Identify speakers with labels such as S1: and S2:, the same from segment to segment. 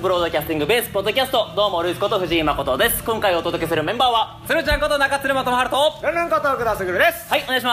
S1: ブロードキャスティングベースポッドキャストどうもルイスこと藤井誠です今回お届けするメンバーは
S2: 鶴ちゃんこと中鶴間智春とお
S3: ルンルンこと奥田卓です
S1: はいお願いします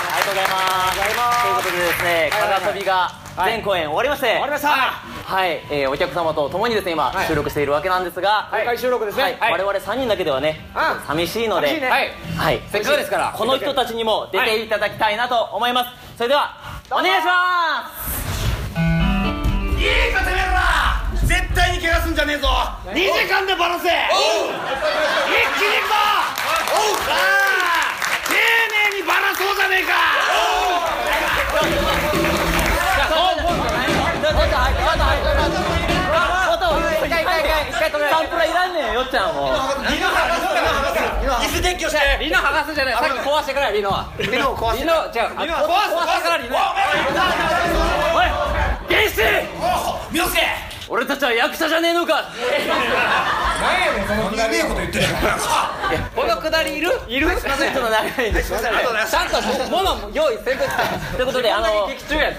S1: ありがとうございますということでですね
S3: はいはいはい
S1: 風飛びが全公演終わりまして
S3: 終わりました
S1: はい、えーお客様と共にですね今
S3: はい
S1: 収録しているわけなんですが
S3: 公開収録ですね
S1: はい
S3: はい
S1: 我々3人だけではねちょっと寂しいので
S3: 寂しいね
S2: はい
S1: はい
S2: せっかくですから
S1: この人たちにも出ていただきたいなと思います、それではお
S3: うも
S1: 願いします
S4: いいかてめえら絶対に怪我すんじゃねえぞ2時間でバランス一気にいくぞおうあ丁寧にバランそうじゃねえか
S1: サンプラーいらんねんよっちゃんも
S4: 椅子電気をして
S2: リノ剥がすんじゃないさっき壊してからリノは
S3: みんなを壊
S2: リ
S3: して
S2: ノ違うリノ壊してからリノ
S1: 原始
S4: 見ろせ
S1: 俺たちは役者じゃねえのか
S4: 何がねえこと言ってる
S2: このくだりいるいる
S1: ちょっと長いんでち
S2: ちゃんと物も用意せんとき
S1: ということであの
S2: 劇中やん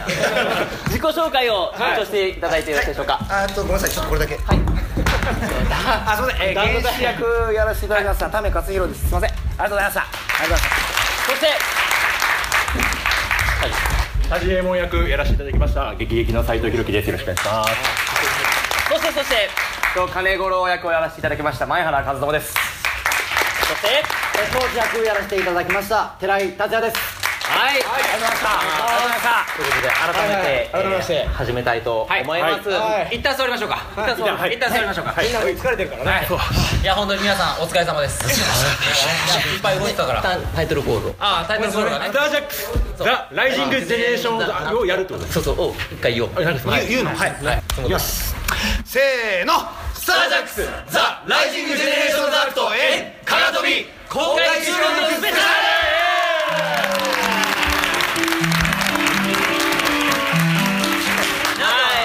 S1: 自己紹介を緊張していただいてよろしいでしょうか
S4: あーっとごめんなさいちょっとこれだけ
S3: あすいませんえー原始役やらせていただきました為勝弘ですすいませんありがとうございましたありがとうございました
S1: そして
S5: タジエモン役やらせていただきました激劇の斉藤弘樹ですよろしくお願いします
S1: そしてそして
S2: 金五郎役をやらせていただきました前原和友です
S1: そして
S6: コーチ役やらせていただきました寺井達也です
S1: はい、ありがとうございました。ということで、改めて、
S3: はいはい改めまして
S1: えー始めたいと思います。
S3: はい
S2: 一旦座りましょうか一旦座り一旦座りましょうか
S3: みんな疲れてるからね
S2: いや本当に皆さんお疲れ様ですいっぱい動いてたから
S6: タタイトルコールを
S2: ああタイトルコールがね
S5: ザ・ジャックスザ・ライジング・ジェネレーションをやるってことです
S6: そうそうおう一回言おう
S5: あなんですかはい
S4: 言うのはい
S6: い
S4: せーのスタージャックスザ・ライジング・ジェネレーション・ザ・アクト in 空飛び公開収録スペシャル
S1: は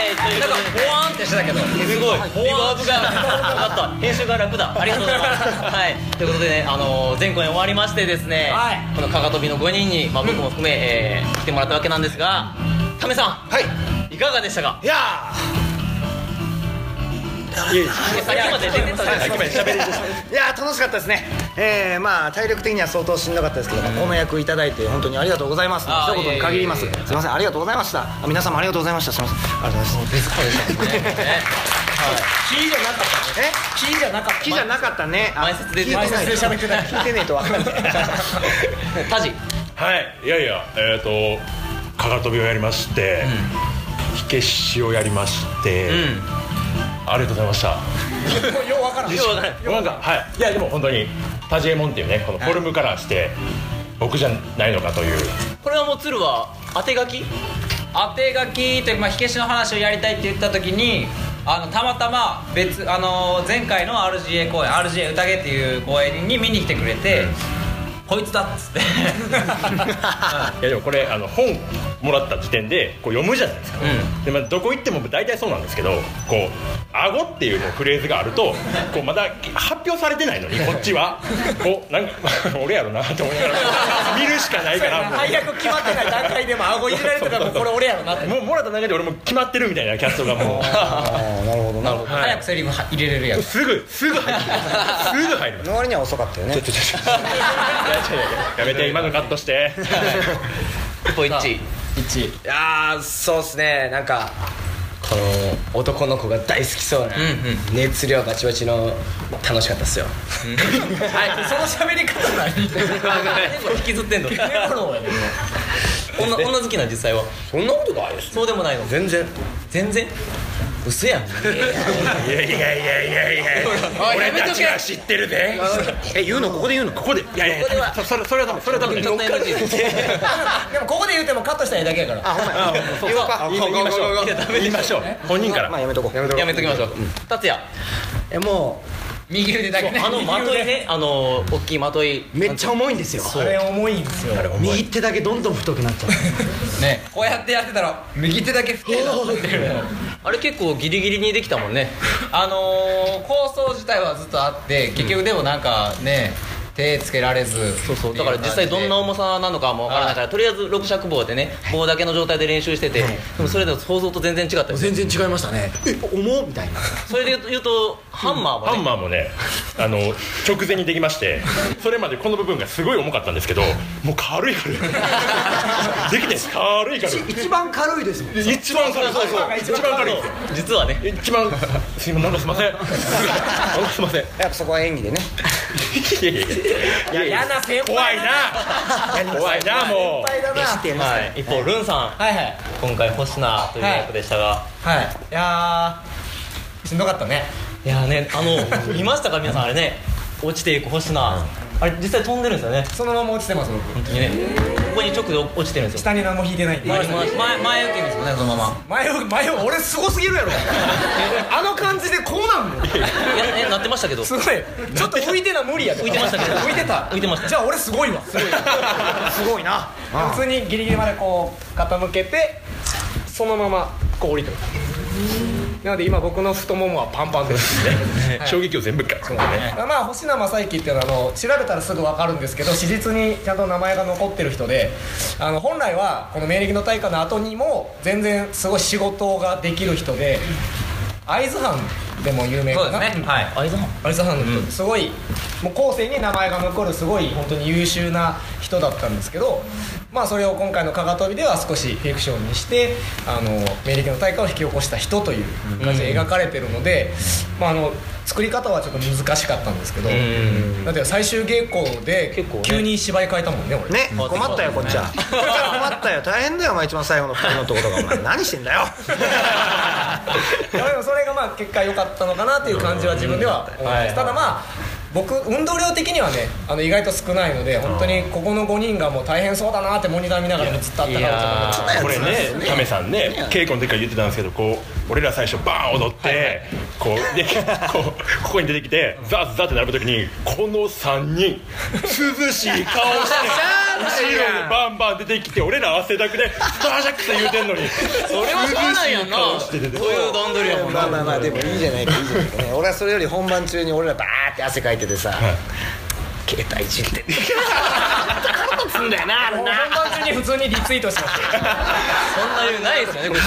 S1: い、
S2: なんかボワーンってしてたけど
S1: すごい、リバーブが、よかった、編集が楽だ、ありがとうござい ます。はい、ということでね、あのー、前公演終わりましてですね、
S2: はい
S1: このかがとびの5人に、まあ、僕も含め、えー来てもらったわけなんですが、タメさ
S4: はい
S1: ん、いかがでしたか
S4: いや
S1: さっきまで出てたじゃないですか。
S4: ーいやー楽しかったですねえー、まあ体力的には相当しんどかったですけどもこの役いただいて本当にありがとうございます
S2: あー
S4: 一言に限ります
S2: いえいえい
S4: すいませんありがとうございましたあ皆様ありがとうございましたすいませんありがとうございますえ
S2: キーじゃなかっ
S4: 木じゃなかったねあ
S1: 前説
S4: 聞
S1: で
S4: いてない
S1: 前説で喋ってない
S4: 聞いてねえと分かんない
S1: タジ、
S5: はいいやいやえっ、ー、とかがとびをやりまして、火消しをやりまして、ありがとうございました
S1: ようわからない
S5: なんかはいいやでも本当にタジエモンっていうねこのフォルムからして、僕じゃないのかという
S1: これはもう鶴は当て書き
S2: た当て書きというか、まあ、火消しの話をやりたいって言った時にあのたまたま別、あの前回の RGA 公演 RGA 宴っていう公演に見に来てくれて、こいつだっ つって
S5: いやでもこれあの本もらった時点でこう読むじゃないですか、でまあ、どこ行っても大体そうなんですけどこう「顎」っていうフレーズがあるとこうまだ発表されてないのにこっちはこうなんか 俺やろなと思いながら見るしかないからも
S2: 最悪決まってない段階でも顎いじられてたらもうこれ俺やろなって
S5: うもうもらった中で俺も決まってるみたいなキャストがもはい
S2: 早くセリフは入れれるや
S5: う
S2: つ
S5: すぐすぐ入りますすぐ入ります
S4: の割には遅かったよね
S5: やめて今のカットして
S1: 一歩一致
S7: いやーそうっすねなんかこの男の子が大好きそうな熱量バチバチの楽しかったっすよ
S2: はいその喋り方何
S1: 引きずってんの女女好きなん実際は
S7: そんなことないです
S1: そうでもないの
S7: 全然
S1: 全然嘘やん
S5: いやいやいやいやいや俺たちは知ってるぜ
S4: え言うのここで言うの
S5: ここでいやいやいやそれそれは多分それは多分
S1: ちょっと NG です
S2: でもここで言うてもカットしたいだけやから
S4: 言うか
S5: 言いましょう言いましょう本人から
S4: まあやめとこう
S7: やめと
S1: やめときましょう達也
S7: えも
S2: 右腕だけね
S1: あのまといねあの大きいまという
S7: めっちゃ重いんですよ
S2: れ重いんですよ
S7: 右手だけどんどん太くなっちゃう
S2: ねこうやってやってたら右手だけ太いなってる
S1: あれ結構ギリギリにできたもんね
S2: あのー、構想自体はずっとあって結局でもなんかね、手つけられず
S1: そうそうだから実際どんな重さなのかもわからないからとりあえず六尺棒でね棒だけの状態で練習しててでもそれでも想像と全然違ったり
S8: 全然違いましたねえ重っみたいな
S1: それで言うと言うとハンマーもね
S5: ハンマーもねあの直前にできましてそれまでこの部分がすごい重かったんですけどもう軽い軽いできてんです軽い軽い
S8: 一番軽いですもん
S5: 一番軽いそうそう一番軽いんですよ
S1: 実はね
S5: 一番すいませんなんかすいませんなんかすいません
S7: やっぱそこは演技でね
S5: いやいやいやいや
S7: 嫌な先
S5: 怖いな怖いなもう
S1: はい一方ルンさ
S2: はいはい
S1: ん今回星名という役でしたが
S2: はいいやーしんどかったね
S1: いやーねあの 見ましたか皆さんあれね落ちていく星名あれ実際飛んでるんですよね
S2: そのまま落ちてます僕
S1: 本当にねここに直で落ちてるんですよ
S2: 下に何も引いてない前前前受けですもんねそのまま
S8: 前を前を俺すごすぎるやろ あの感じでこうなんの
S1: いやえなってましたけど
S8: すごいちょっと浮いてな無理やで
S1: 浮いてましたけど
S8: 浮いてた
S1: 浮いてました
S8: じゃあ俺すごいわすごい な普通にギリギリまでこう傾けてそのままこう降りてるなので今僕の太ももはパンパンです
S5: 衝撃を全部か
S8: まあ星名正幸っていうのはあの調べたらすぐ分かるんですけど史実にちゃんと名前が残ってる人であの本来はこの明暦の大火の後にも全然すごい仕事ができる人で会津藩でも有名
S2: そ
S8: か
S2: うで
S8: な
S2: すねはい
S1: あいつ
S8: 有沙さんの人すごい、もう後世に名前が残るすごい本当に優秀な人だったんですけどまあそれを今回の「かが飛び」では少しフィクションにしてあの明暦の大火を引き起こした人という感じで描かれてるので、まあ、あの作り方はちょっと難しかったんですけど、だって最終稽古で
S1: 結構ね
S8: 急に芝居変えたもんね俺
S3: ね困ったよこっちは困ったよ大変だよお前一番最後の二人のところがお前何してんだよ
S8: いやでもそれが まあ結果良かったのかなっていう感じは自分では思います、ただまあ僕運動量的にはねあの意外と少ないので本当にここの5人がもう大変そうだなってモニター見ながら映ったったなとか
S5: これね亀さんね稽古の時から言ってたんですけどこう俺ら最初バーン踊ってこうで こうここに出てきてザーザーって並ぶ時にこの3人 涼しい顔して後ろにバンバン出てきて俺ら汗だくでスタージャックって言うてんのにそ
S1: それはしゃあないやんなそういう段取りやもん
S7: ま
S1: な
S7: あまあまあでもいいじゃないかいいじゃないかね俺はそれより本番中に俺らバーって汗かいててさ携帯いじって
S8: もう本番中に普通にリツイートしま したい
S1: そんな余裕ないですよねここ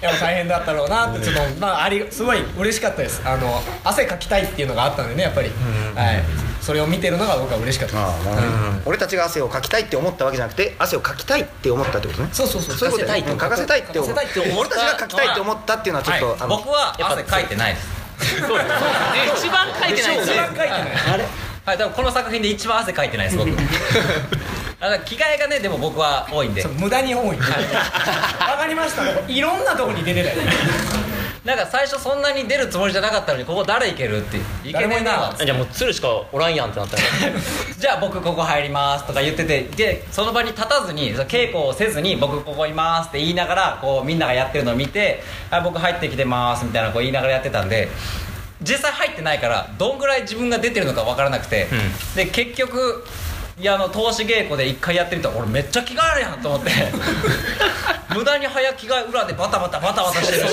S8: やもう大変だったろうなってちょっとまあありすごい嬉しかったですあの汗かきたいっていうのがあったんでねやっぱり、はい、それを見てるのが僕は嬉しかったです
S3: 俺たちが汗をかきたいって思ったわけじゃなくて汗をかきたいって思ったってことね
S8: そうそうそう
S3: そういうことだよね
S8: 書
S3: かかせたいって思う
S8: かかせたいって思
S3: 俺
S8: った
S3: ちがかきたいって思ったっていうのはちょっと、あの
S2: 僕は汗かいてないです
S1: 一番書いてないんです
S8: 一
S1: よ
S8: 番書いてない
S2: はい多分この作品で一番汗かいてないです僕あの着替えがねでも僕は多いんで
S8: そう無駄に 多いねわかりましたいろんなとこに出てたよ
S2: なんか最初そんなに出るつもりじゃなかったのにここ誰いけるっていけ
S8: 誰も
S2: ね
S8: い
S2: え
S8: なか
S2: な
S8: っ
S1: じゃあもう鶴しかおらんやんってなったら
S2: じゃあ僕ここ入りますとか言っててでその場に立たずにその稽古をせずに僕ここいますって言いながらこうみんながやってるのを見てあ僕入ってきてますみたいなこう言いながらやってたんで実際入ってないからどんぐらい自分が出てるのか分からなくて、で結局いやあの投資稽古で一回やってみたら俺めっちゃ着替えるやんと思って 無駄に早着替え裏でバタバタバタバタしてるし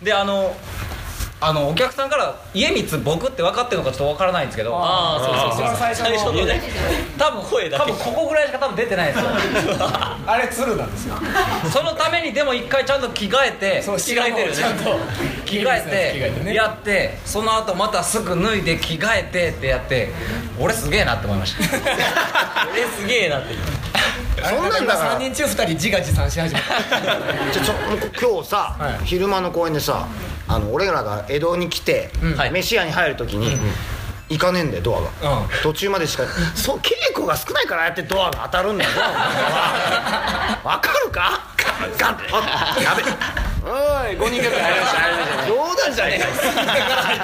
S2: であのあのお客さんから家光僕って分かってるのかちょっと分からないんですけど
S1: ああそうそうそう
S8: 最初の
S1: のね
S2: 多分
S1: 声だけ
S2: 多分ここぐらいしか多分出てないですよ
S8: あれ鶴なんですよ
S2: そのためにでも一回ちゃんと着替えて
S8: そう
S2: 着替えてるよね
S8: ちゃんと
S2: 着替えてやってその後またすぐ脱いで着替えてってやって俺すげえなって思いました
S1: 俺すげえなって
S8: そ
S3: んなんだから
S8: 3人中2人自画自賛し始 め
S3: ちょちょ今日さ、
S8: はい
S3: 昼間の公園でさあの俺らが江戸に来て、
S1: はい
S3: 飯屋に入る時に、行かねえんだよドアが、
S8: うん
S3: 途中までし かそう稽古が少ないからああやってドアが当たるんだよわかるかガンってあやべおい5人ぐら い入りました入りました冗談じゃね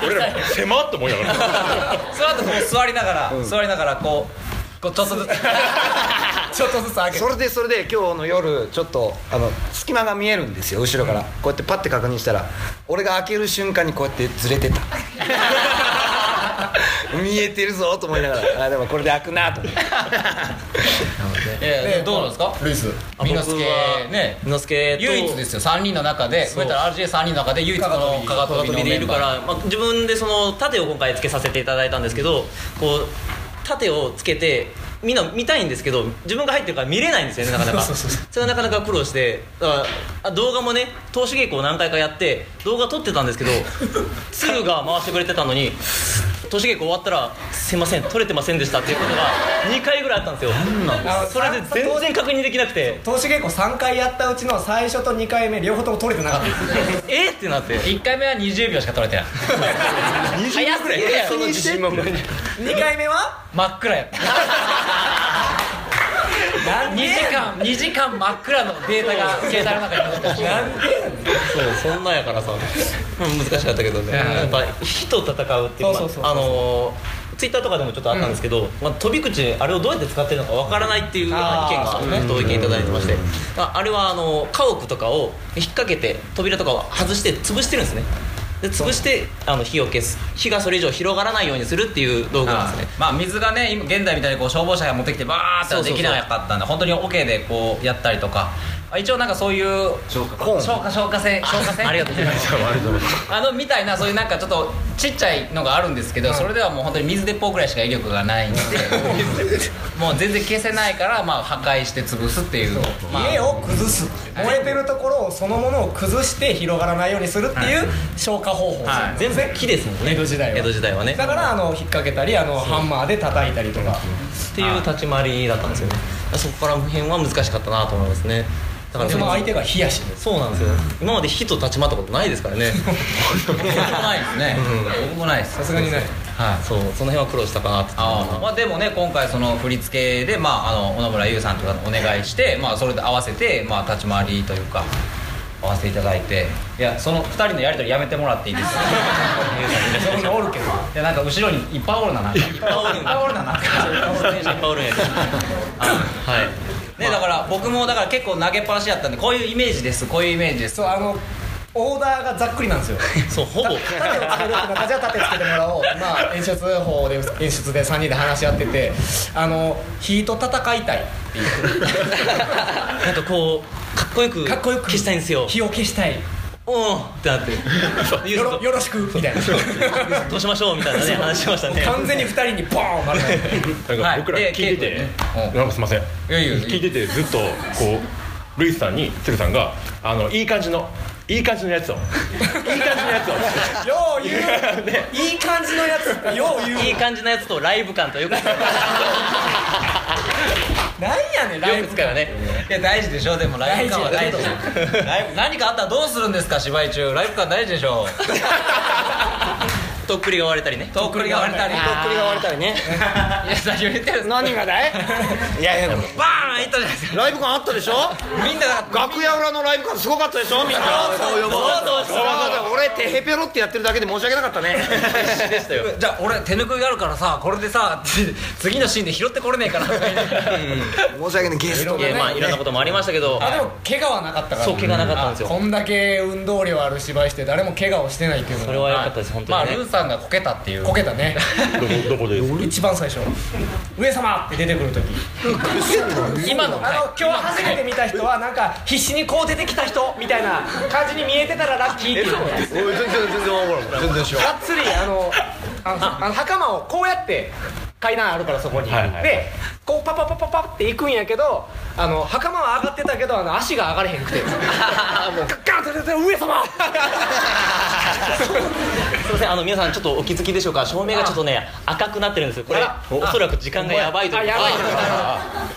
S5: 俺ら狭っと思いながら
S2: その後こう座りながら、座りながらこうこうちょっとずつ
S8: た ちょっとずつ上
S3: え
S8: げ
S3: それでそれで今日の夜ちょっとあの隙間が見えるんですよ後ろからこうやってパッて 確認したら俺が開ける瞬間にこうやってずれてた見えてるぞと思いながらあでもこれで開くなと思って
S2: ええどうなんですか
S8: ルイス
S2: みのすけね
S1: のすけと
S2: 唯一ですよ3人の中で増えたら RJ3 人の中で唯一この
S8: か
S2: か
S8: が
S2: が
S1: 高
S2: とび
S1: 飛びで
S2: のメ
S1: いる
S2: ンバ
S1: か
S2: ー
S1: ら、まあ、自分でその盾を今回つけさせていただいたんですけどこう盾をつけてみんな見たいんですけど自分が入ってるから見れないんですよねなかなか
S8: そうそうそう
S1: それがなかなか苦労してだからあ動画もね投資稽古を何回かやって動画撮ってたんですけどツーが回してくれてたのに投資稽古終わったら「すいません撮れてませんでした」っていうことが2回ぐらいあったんですよそれで全然確認できなくて
S8: 投資稽古3回やったうちの最初と2回目両方とも取れてなかったです
S1: 「えっ?」ってなって
S2: 1回目は20秒しか取れてない
S1: 早すぎるやろ
S7: その自信も無理
S8: 2回目 は
S2: 真っ暗やった2時間2時間真っ暗のデータが携帯の中に残ってた
S1: そうそんなんやからさうん難しかったけどねやっぱ火と戦うっていう
S8: そうそうそう
S1: まああのーツイッターとかでもちょっとあったんですけど、まあ、飛び口あれをどうやって使ってるのかわからないっていうような意見がねご意見いただいてましてああれはあの家屋とかを引っ掛けて扉とかを外して潰してるんですねで潰してあの火を消す火がそれ以上広がらないようにするっていう道具なんですね
S2: まあ水がね今現代みたいにこう消防車が持ってきてバーってはできなかったんで本当にオケでこうやったりとかあ一応なんかそういう消火消火消火栓消火栓
S1: ありがとうございます
S2: あのみたいなそういうなんかちょっとちっちゃいのがあるんですけど、それではもう本当に水鉄砲ぐらいしか威力がないん でもう全然消せないからまあ破壊して潰すっていうまあ
S8: 家を崩す燃えてるところをそのものを崩して広がらないようにするっていう消火方法
S2: はい
S1: 全部木ですもんね
S8: 江戸時代は
S1: 江戸時代はね
S8: だからあの引っ掛けたりあのハンマーで叩いたりとか
S1: っていう立ち回りだったんですよねそこから辺は難しかったなと思いますねだから
S8: その相手が冷やし
S1: そうなんですよ今まで火と立ち回ったことないです からね
S2: 僕もないですね、僕もないです
S8: さすがにない
S2: はい
S1: そうその辺は苦労したかなって
S2: あーまあ、でもね今回その振り付けで、まあ、あの小野村優さんとかお願いして、まあ、それで合わせて、まあ、立ち回りというか合わせていただいていやその2人のやり取りやめてもらっていい ですか
S8: そこにおるけど
S2: いやなんか後ろにいっぱいおるななんかいっぱいおるななんか
S1: パウル やけどはい
S2: ね、だから僕もだから結構投げっぱなしやったんでこういうイメージですこういうイメージです
S8: そうあのオーダーがざっくりなんですよ
S1: そうほぼ
S8: 盾をつけるって中じゃあ盾つけてもらおうまあ演出法で演出で3人で話し合っててあの火と戦いたい
S1: なんかこうかっこよく
S8: かっこよく
S1: 消したいんですよ
S8: 火を消したい
S1: おんってなってゆず
S8: よろ
S1: と
S8: よろしくみたいな
S1: どうしましょうみたい なね話しましたね
S8: 完全に2人にボーン丸めて
S5: なんか僕ら
S2: はいで
S5: 聞いてて、
S2: 稽古ねうん
S5: なんかすいません
S2: いやいやいや
S5: 聞いててずっとこうルイスさんにセルさんがあのいい感じのいい感じのやつをいい感じのやつを
S8: よ う言う、いい感じのやつってよう言う
S1: いい感じのやつとライブ感とよくよ
S8: なんやねんライ
S1: く
S8: ブ
S1: 使うよね
S2: いや大事でしょでもライブ感は大事 ライブ何かあったらどうするんですか芝居中ライブ感大事でし ょ
S1: とっくりが割れたりね
S2: とっくりが割れたりとっくりが割れたりねいや何を言ってるんですか
S3: 何がだい いやいや
S2: バーンいったじゃないですか
S3: ライブ感あったでしょ
S2: みんなが
S3: 楽屋裏のライブ感すごかったでしょみんな俺テヘペロってやってるだけで申し訳なかったね
S2: じゃあ俺手ぬくいがあるからさこれでさ って次のシーンで拾ってこれねえかなとか言いながら
S3: 申し訳ないゲスト
S1: いやまあいろんなこともありましたけど
S8: あでも怪我はなかったから
S1: そう怪我なかったんですよ
S8: あこんだけ運動量ある芝居して誰も怪我をしてないっていうの
S1: そ
S8: が
S1: れは良かったです本 当
S2: まあ
S1: にね
S2: ルーさんがこけたっていう
S8: こけた ね
S5: どこどこでですか
S8: 一番最初「上様!」って出てくる時今のあの今日初めて見た人はなんか必死にこう出てきた人みたいな感じに見えてたらラッキーっていう
S3: 全然全然わからん全然しよ
S8: がっつりあのあのあの袴をこうやって階段あるからそこに、
S5: はいはい
S8: でこうパパパパパって行くんやけどあの袴は上がってたけどあの足が上がれへんくてもうガッて上様
S1: すいませんあの皆さんちょっとお気づきでしょうか照明がちょっとね赤くなってるんですよこれおおそらく時間がやばいという
S8: あやばい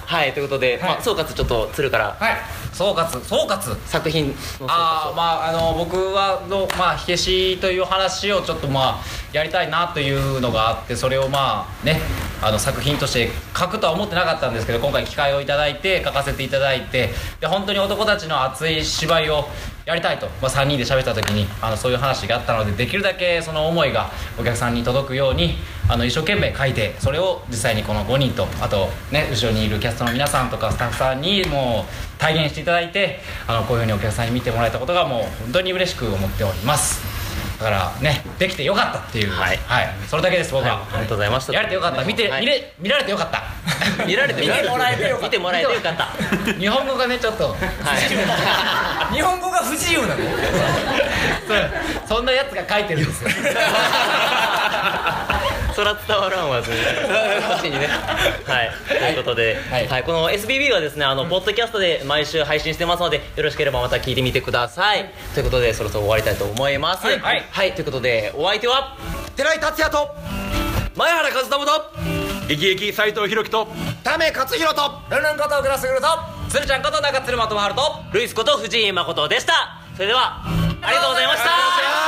S1: はいということで、まあ、総括ちょっと鶴から
S8: はい
S2: 総括総括
S1: 作品の総括
S2: あー
S1: を
S2: まああの僕はの、まあ、火消しという話をちょっとまあやりたいなというのがあってそれをまあねあの作品として書くとは思ってなかったんですけど今回機会をいただいて書かせていただいてで本当に男たちの熱い芝居をやりたいと、まあ、3人で喋った時にあのそういう話があったのでできるだけその思いがお客さんに届くようにあの一生懸命書いてそれを実際にこの5人とあとね後ろにいるキャストの皆さんとかスタッフさんにもう体現していただいてあのこういうふうにお客さんに見てもらえたことがもう本当に嬉しく思っておりますだからねできてよかったっていうはい、それだけです僕は、
S1: ありがとうございました
S2: やれてよかった見て、
S1: はい
S2: 見れ見られてよかった
S1: 見られて
S2: 見てもらえてよかった
S1: 見てもらえてよかった
S2: 日本語がねちょっ と
S1: は
S2: 日本語が不自由なのそうそんなやつが書いてるんですよ
S1: い そら伝わらんわず確かにねはいということで、
S2: は
S1: はいいこの SBB はですねあの、ポッドキャストで毎週配信してますのでよろしければまた聞いてみてください、ということでそろそろ終わりたいと思います
S2: はいはい
S1: ということでお相手は
S7: 寺井達也と
S1: 前原和友と
S5: イキイキ斎藤弘樹と
S7: 田目勝弘と
S2: ルンルンことグラスグルと鶴ちゃんこと中鶴まとまると
S1: ルイスこと藤井誠でしたそれではありがとうございました